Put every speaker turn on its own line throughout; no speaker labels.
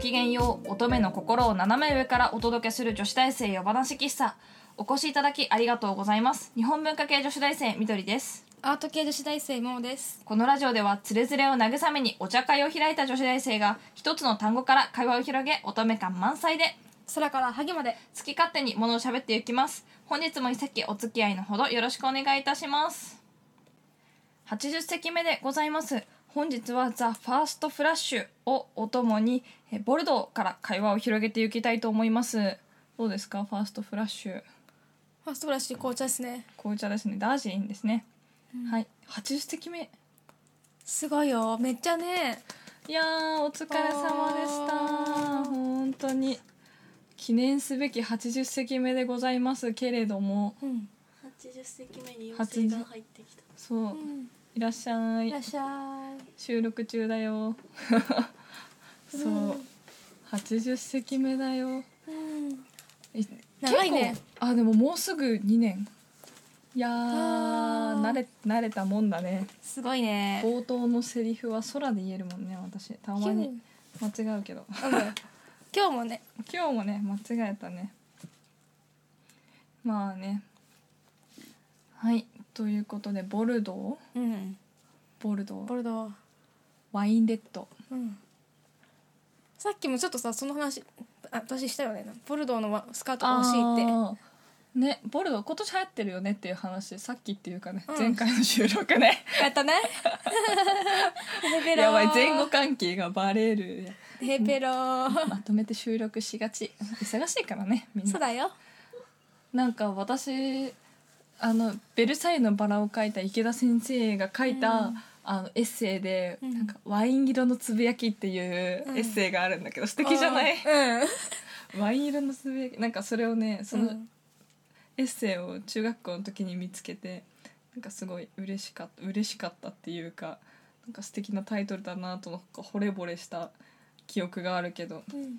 きげんよう乙女の心を斜め上からお届けする女子大生夜話喫茶お越しいただきありがとうございます日本文化系女子大生みどりです
アート系女子大生ももです
このラジオではつれづれを慰めにお茶会を開いた女子大生が一つの単語から会話を広げ乙女感満載で
空から萩まで
好き勝手にものを喋っていきます本日も一席お付き合いのほどよろしくお願いいたします80席目でございます本日は「ザ・ファースト・フラッシュ」をお供にえボルドーから会話を広げていきたいと思いますどうですかファースト・フラッシュ
ファーストブラシ紅茶ですね
紅茶ですねダージリンですね、はい80席目
すごいよめっちゃね
いやーお疲れ様でした
あー
本当に記念すべき80席目でございますけれども
うん、
80席目に妖精が入ってきた
そう、いらっしゃい
いらっしゃい
収録中だ よそう、80席目だよ
うん
い
長いね
結構あでももうすぐ2年いやー
あー
慣れ慣れたもんだね
すごいね
冒頭のセリフは空で言えるもんね私たまに間違うけど
うん今日もね
今日もね間違えたねまあねはいということでボルド
うん
ーボルド
ボ
ー
ルドー
ワインレッド
うんさっきもちょっとさその話あ私したよねボルドーのわスカートが欲しいっ
あーねボルドー今年流行ってるよねっていう話さっきっていうかね、
うん
前回の収録ね
てやったねヘペロー
やばい前後関係がバレる
ヘペロー
まとめて収録しがち忙しいからねみん
そう
な
だよ
なんか私あの「ベルサイユのバラ」を書いた池田先生が書いた、
うん
あのエッセイで、
うん
なんかワイン色のつぶやきっていうエ
うん
ッセイがあるんだけど、素敵じゃない、
うん
ワイン色のつぶやきなんかそれをねその
うん
エッセイを中学校の時に見つけてなんかすごい嬉しかった嬉しかったっていうかなんか素敵なタイトルだなとなんか惚れ惚れした記憶があるけど
うん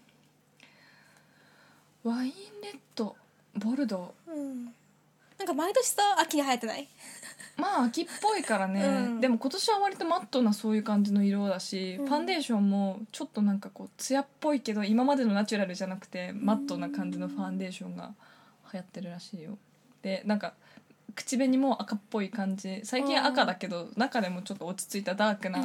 「ワインレッドボルド
うんなんか毎年さ秋に流行ってない
ー」まあ秋っぽいからね、
うん
でも今年は割とマットなそういう感じの色だし、
うん
ファンデーションもちょっとなんかこう艶っぽいけど今までのナチュラルじゃなくてマットな感じのファンデーションが流行ってるらしいよ。でなんか口紅も赤っぽい感じ最近赤だけど、中でもちょっと落ち着いたダークな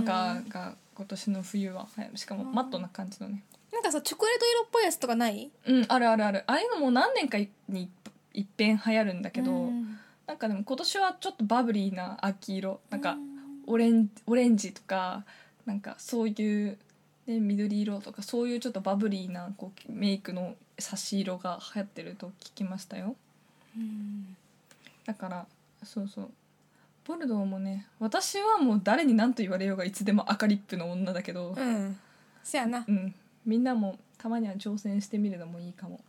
赤
赤が今年の冬は流行るしかも
うん
マットな感じのね
なんかさチョコレート色っぽいやつとかない
うんあるあるあるああいうのも何年かにいっぺん流行るんだけど、
うん
なんかでも今年はちょっとバブリーな秋色なん
う
かオレンオレンジとかなんかそういう、ね、緑色とかそういうちょっとバブリーなこうメイクの差し色が流行ってると聞きましたよ
うん
だからそうそうボルドーもね私はもう誰に何と言われようがいつでも赤リップの女だけど、
うんせやな
うん、みんなもたまには挑戦してみるのもいいかも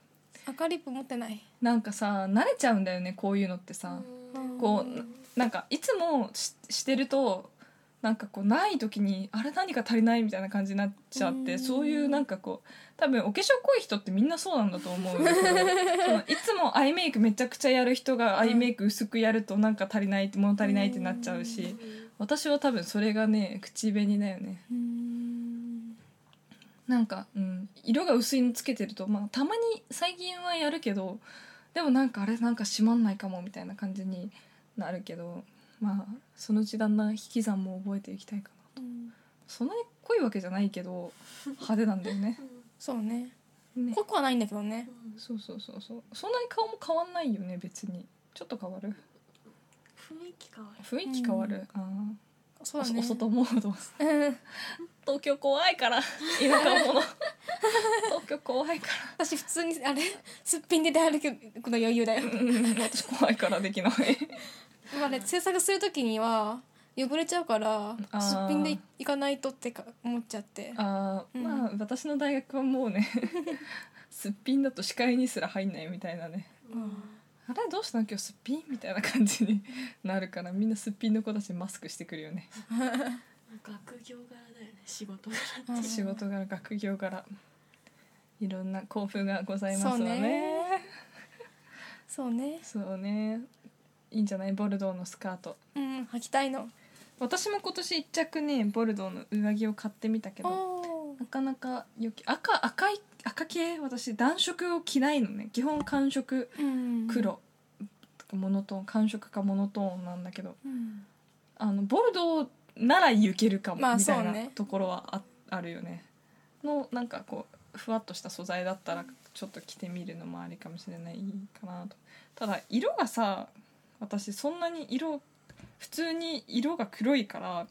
赤リップ持ってない
なんかさ慣れちゃうんだよねこういうのってさ、
うん
こうなんかいつもししてるとなんかこうない時にあれ何か足りないみたいな感じになっちゃって
うん
そういうなんかこう多分お化粧濃い人ってみんなそうなんだと思 うんだけどそのいつもアイメイクめちゃくちゃやる人がアイメイク薄くやるとなんか足りない物足りないってなっちゃうし私は多分それがね口紅だよね。
うん
なんか、うん、色が薄いのつけてると、まあ、たまに最近はやるけどでもなんかあれなんか閉まんないかもみたいな感じになるけどまあそのうちだんだん引き算も覚えていきたいかなそんなに濃いわけじゃないけど派手なんだよね
うん
そうね
ね
濃くはないんだけどね
そうそうそうそうそんなに顔も変わんないよね別にちょっと変わる
雰囲気変わる
雰囲気変わる、あ
そ
あ
うだね
お外モード
うん
東京怖いから田舎 者東京怖いから
私普通にあれすっぴんで出歩くこの余裕だよ
うん 私怖いからできない
まあね制作する時には汚れちゃうから
あー
すっぴんでいかないとってか思っちゃって
あー
うん
まあ私の大学はもうね すっぴんだと視界にすら入んないみたいなね
うん
あれどうしたの今日すっぴんみたいな感じになるからみんなすっぴんの子たちマスクしてくるよね
学業柄だよね仕事柄
うん
仕事柄学業柄いろんな興奮がございますわ
そう
ね
ねそうね
そうねいいんじゃないボルドーのスカート
うん履きたいの
私も今年一着ねボルドーの上着を買ってみたけど
おー
なかなかよき赤赤い赤系私暖色を着ないのね基本寒色
うん
黒、モノトーン寒色かモノトーンなんだけど
うん
あのボルドーならいけるかも、
まあ
みたい
そ
な
うね
ところはああるよねのなんかこうふわっとした素材だったらちょっと着てみるのもありかもしれないかなとただ色がさ私そんなに色普通に色が黒いから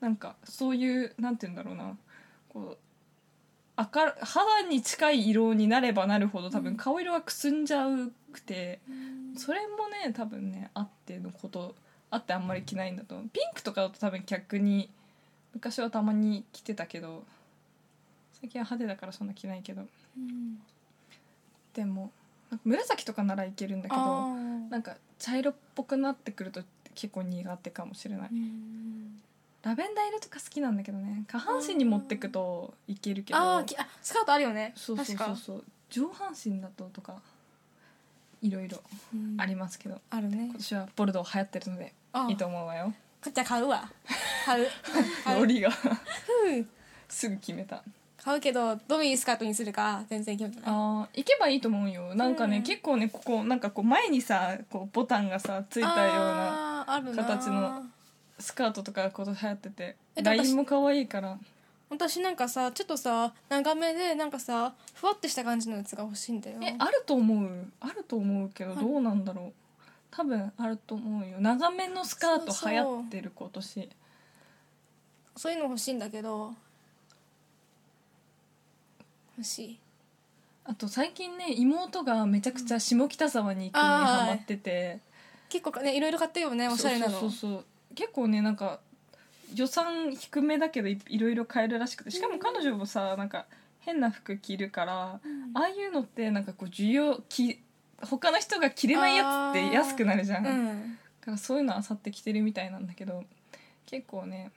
なんかそういうなんて言うんだろうなこう明る肌に近い色になればなるほど多
う
分
ん
顔色はくすんじゃうくて、
うん
それもね多分ねあってのことあってあんまり着ないんだと思うピンクとかだと多分逆に昔はたまに着てたけど最近は派手だからそんな着ないけど
うん
でもなんか紫とかならいけるんだけ
あ
ど
ー
なんか茶色っぽくなってくると結構苦手かもしれない
うん
ラベンダー色とか好きなんだけどね下半身に持ってくといけるけど
あーきあスカートあるよね
そうそうそう
確か
そう上半身だととかいろいろ
うん
ありますけど
あるね
今年はボルドー流行ってるので
あー
いいと思うわよ
こっちは買うわ 買う買
ノ
う
リが
うん
すぐ決めた
買うけどどういうスカートにするか全然決めてない
あー行けばいいと思うよなんかね、
うん
結構ねここなんかこう前にさこうボタンがさついたような
あーあるな
形のスカートとか今年流行ってて
えで
ラ
も私
インも可愛いから
私なんかさちょっとさ長めでなんかさふわっとした感じのやつが欲しいんだよ
えあると思うあると思うけど
はい
どうなんだろう多分あると思うよ長めのスカー
そうそ
ト
う
流行ってる今年
そういうの欲しいんだけど欲しい
あと最近ね妹がめちゃくちゃ下北沢に行くのにハマってて、
結構かねいろいろ買ってるよねおしゃれなの
そうそうそうそう結構ねなんか予算低めだけどいいろいろ買えるらしくてしかも彼女もさなんか変な服着るから、
うん
ああいうのってなんかこう需要き他の人が着れないやつって安くなるじゃん、
う
だ
ん
からそういうのあさって着てるみたいなんだけど結構ね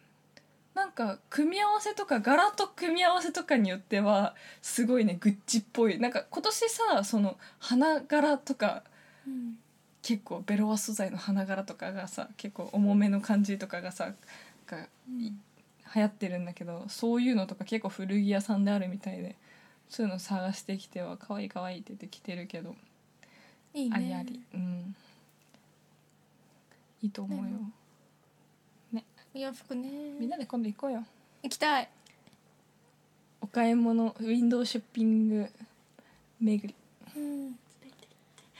なんか組み合わせとか柄と組み合わせとかによってはすごいねグッチっぽいなんか今年さその花柄とか
うん
結構ベロア素材の花柄とかがさ結構重めの感じとかがさが流行ってるんだけどそういうのとか結構古着屋さんであるみたいでそういうの探してきては可愛い可愛いって言って着てるけど
いいね
ありありうんいいと思うよ
でもお洋服ね
みんなで今度行こうよ
行きたい
お買い物ウィンドウショッピング巡り
うん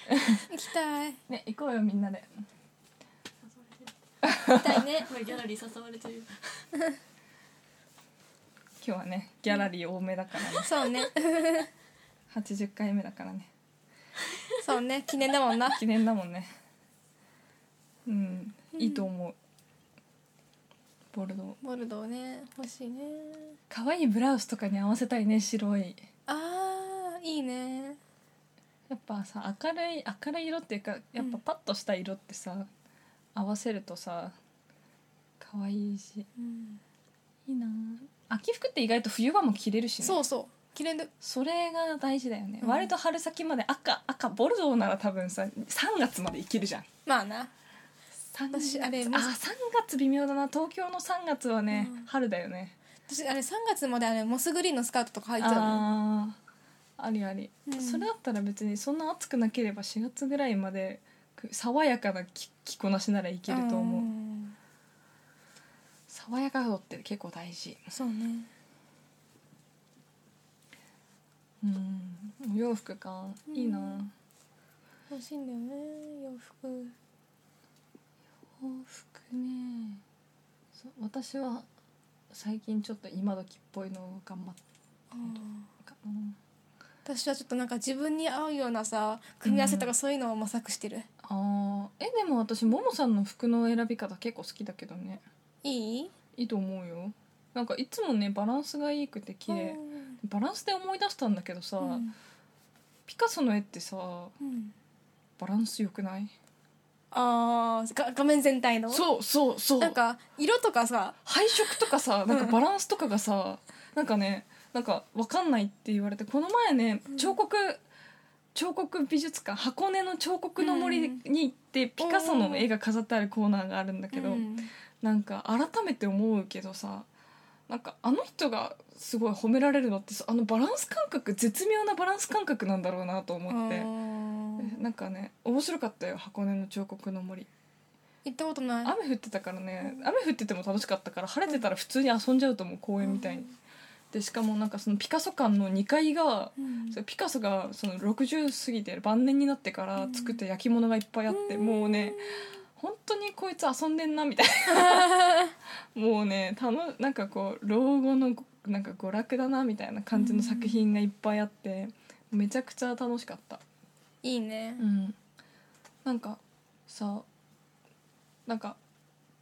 行きたい
ね行こうよみんなで
行きたいね
これギャラリー誘われてる
今日はねギャラリー多めだからね
そうね
80回目だからね
そうね記念だもんな
記念だもんねうんいいと思う、ボルドー
ボルドーね欲しいね
可愛いブラウスとかに合わせたいね白い
あーいいね
やっぱさ明るい明るい色っていうかやっぱ
うん
パッとした色ってさ、合わせるとさ可愛いし
うん
いいなあ秋服って意外と冬場も着れるしね
そうそう記念で
それが大事だよね、
うん
割と春先まで赤赤ボルドーなら多分さ3月までいけるじゃん
まあな
3月
私あ
あ
れ
3月微妙だな東京の3月はね、
うん
春だよね
私あれ3月まであれモスグリーンのスカートとか履いてたの
あーありあり、
うん
それだったら別にそんな暑くなければ4月ぐらいまでく爽やかな着着こなしならいけると思う、
ん
爽やか度って結構大事
そうね
うんお洋服か、
うん
いいな
欲しいんだよね洋服
洋服ねそ私は最近ちょっと今時っぽいのを頑張ってるかな
私はちょっとなんか自分に合うようなさ組み合わせとかそういうのを模索してる、
あーえでも私ももさんの服の選び方結構好きだけどね
いい
いいと思うよなんかいつもねバランスがいいくて綺麗、
うん
バランスで思い出したんだけどさ、
うん
ピカソの絵ってさ
うん
バランス良くない
あーが画面全体の
そうそうそう
なんか色とかさ
配色とかさなんかバランスとかがさ、なんかねなんかわかんないって言われてこの前ね彫刻、彫刻美術館箱根の彫刻の森に行って、ピカソの絵が飾ってあるコーナーがあるんだけど、
うん
なんか改めて思うけどさなんかあの人がすごい褒められるのってあのバランス感覚絶妙なバランス感覚なんだろうなと思って
行
なんかね面白かったよ箱根の彫刻の森
ったことない
雨降ってたからね雨降ってても楽しかったから晴れてたら普通に遊んじゃうと思う公園みたいにでしかもなんかそのピカソ館の2階が
うん
それピカソがその60過ぎて晩年になってから作った焼き物がいっぱいあって、もうね本当にこいつ遊んでんな みたいなもうねたのなんかこう老後のなんか娯楽だなみたいな感じの作品がいっぱいあって、めちゃくちゃ楽しかった。
いいね
うん、なんかさなんか、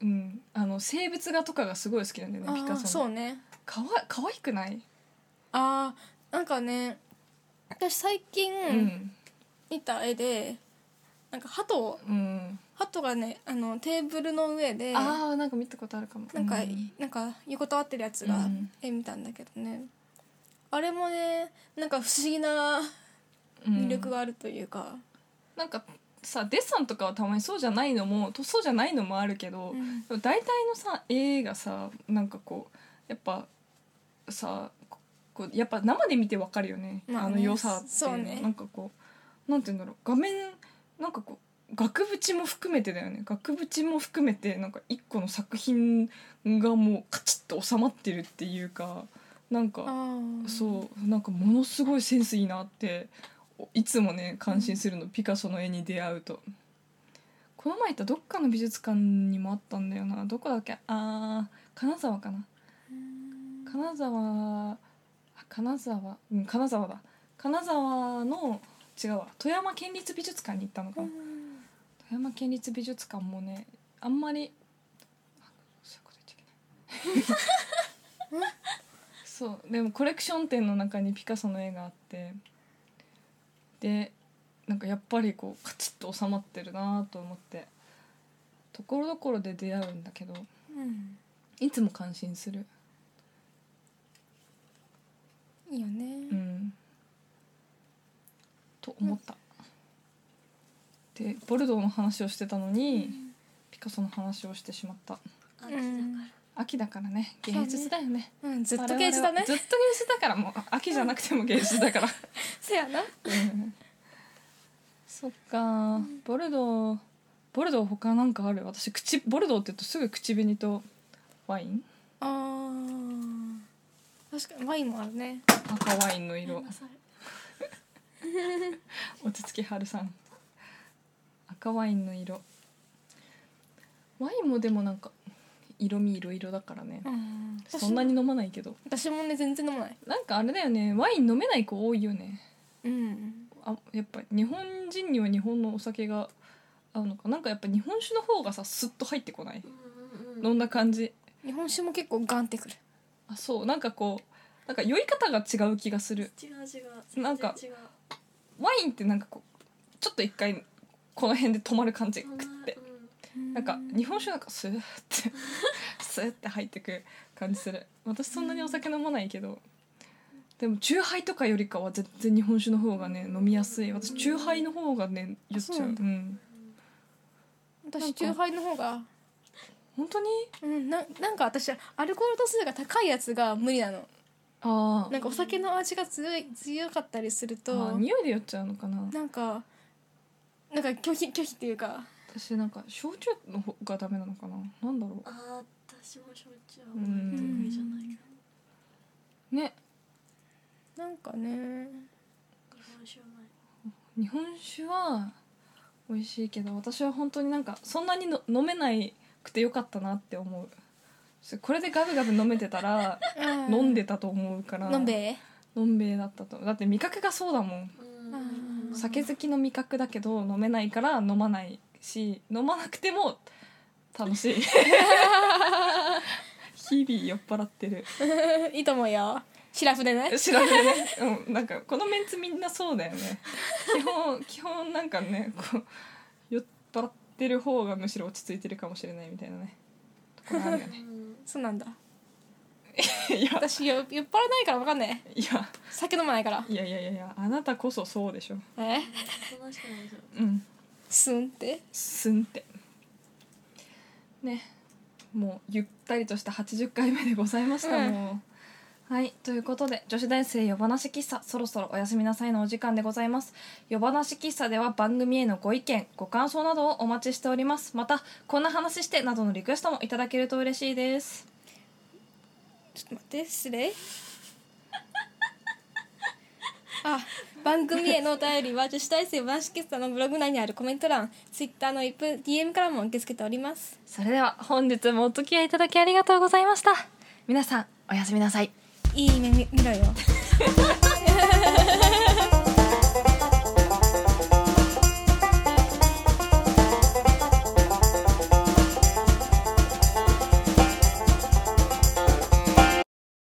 うん、あの生物画とかがすごい好きなんだよねピ
あ
カ
あ
ソ
そ
の
うね
かわかわいくない、
あーなんかね私最近
うん
見た絵でなんか鳩を
うん
鳩がねあのテーブルの上で
ああなんか見たことあるかも
なんか、
うん
なんか横たわってるやつが
うん
絵見たんだけどね、あれもねなんか不思議な
うん
魅力があるというか、
なんかさデッサンとかはたまにそうじゃないのもとそうじゃないのもあるけど、
うん
でも大体のさ絵がさなんかこうやっぱさここうやっぱ生で見てわかるよね,、
まあ
あ、
ね
の良さっていう
そ
の
うね
なんかこうなんて言うんだろう画面なんかこう額縁も含めてだよね額縁も含めてなんか一個の作品がもうカチッと収まってるっていうかなんか
ああ
そうなんかものすごいセンスいいなっておいつもね感心するの、ピカソの絵に出会うとこの前行ったどっかの美術館にもあったんだよなどこだっけあー金沢かな金沢あ金沢うん金沢だ金沢の違うわ富山県立美術館に行ったのかな、富山県立美術館もねあんまりあそういうこと言っちゃいけない そうでもコレクション展の中にピカソの絵があってでなんかやっぱりこうカチッと収まってるなと思ってところどころで出会うんだけど
うん
いつも感心する
いいよね、
うんと思った、でボルドーの話をしてたのに、ピカソの話をしてしまった
秋だから
秋だからね
そうね
芸術だよね
うんずっとゲージだ
我々
ね
はずっと芸術だからもう秋じゃなくても芸術だから
せやな
うんそっかボルドーボルドー他なんかある私口ボルドーって言うとすぐ口紅とワイン
あー確かにワインもあるね
赤ワインの
ごめ
色
んなさい
落ち着きはるさん赤ワインの色ワインもでもなんか色味いろいろだからね
うん
そんなに飲まないけど
私もね全然飲まない
なんかあれだよねワイン飲めない子多いよね
うん
あやっぱ日本人には日本のお酒が合うのかなんかやっぱ日本酒の方がさスッと入ってこない
うんうんうん
飲んだ感じ
日本酒も結構ガンってくる
あそうなんかこうなんか酔い方が違う気がする
違う違う全然
なんか
違う
ワインってなんかこうちょっと一回この辺で止まる感じクッて
うん
なんか日本酒なんかスーってスーって入ってく感じする私そんなにお酒飲まないけどでもチューハイとかよりかは全然日本酒の方がね飲みやすい私チューハイの方がね酔っち
あそう
ゃうう
な
ん
だ
んな
私
んか
チューハイの方が
本当に
うんななんか私アルコール度数が高いやつが無理なの
ああ
なんかお酒の味が強い強かったりする
あー
と
匂いで酔っちゃうのかな
なんかなんか拒否拒否っていうか
私なんか焼酎の方がダメなのかななんだろ
あー私も焼酎はあんまり得意じゃないけど
うね
なんかね
日本酒はない
日本酒は美味しいけど私は本当になんかそんなにの飲めないくてよかったなって思うそこれでガブガブ飲めてたら飲んでたと思うから
飲んべえ
のんべえだったとだって味覚がそうだもん
う
あ
ん
ー
酒好きの味覚だけど飲めないから飲まないし飲まなくても楽しい日々酔っ払ってる
いいと思うよシラフでね
知らないね、うん、なんかこのメンツみんなそうだよね基本基本なんかねこう酔っ払ってる方がむしろ落ち着いてるかもしれないみたいなねところあるよ
う
ね
ん
そうなんだ
いや
私酔っ払わないから分かんない
いや
酒飲まないから
いやいやいやいやあなたこそそうでしょ
え
そんなしかないでしょ
うん
スンって
すんってねもうゆったりとした80回目でございましたもう。はいということで女子大生夜話喫茶そろそろおやすみなさいのお時間でございます夜話喫茶では番組へのご意見ご感想などをお待ちしておりますまたこんな話してなどのリクエストもいただけると嬉しいです
ちょっと待って失礼 あ番組へのお便りは女子大生男子喫茶のブログ内にあるコメント欄ツイッターの一分 DM からも受け付けております
それでは本日もお付き合いいただきありがとうございました皆さんおやすみなさい
いい夢見見ろよ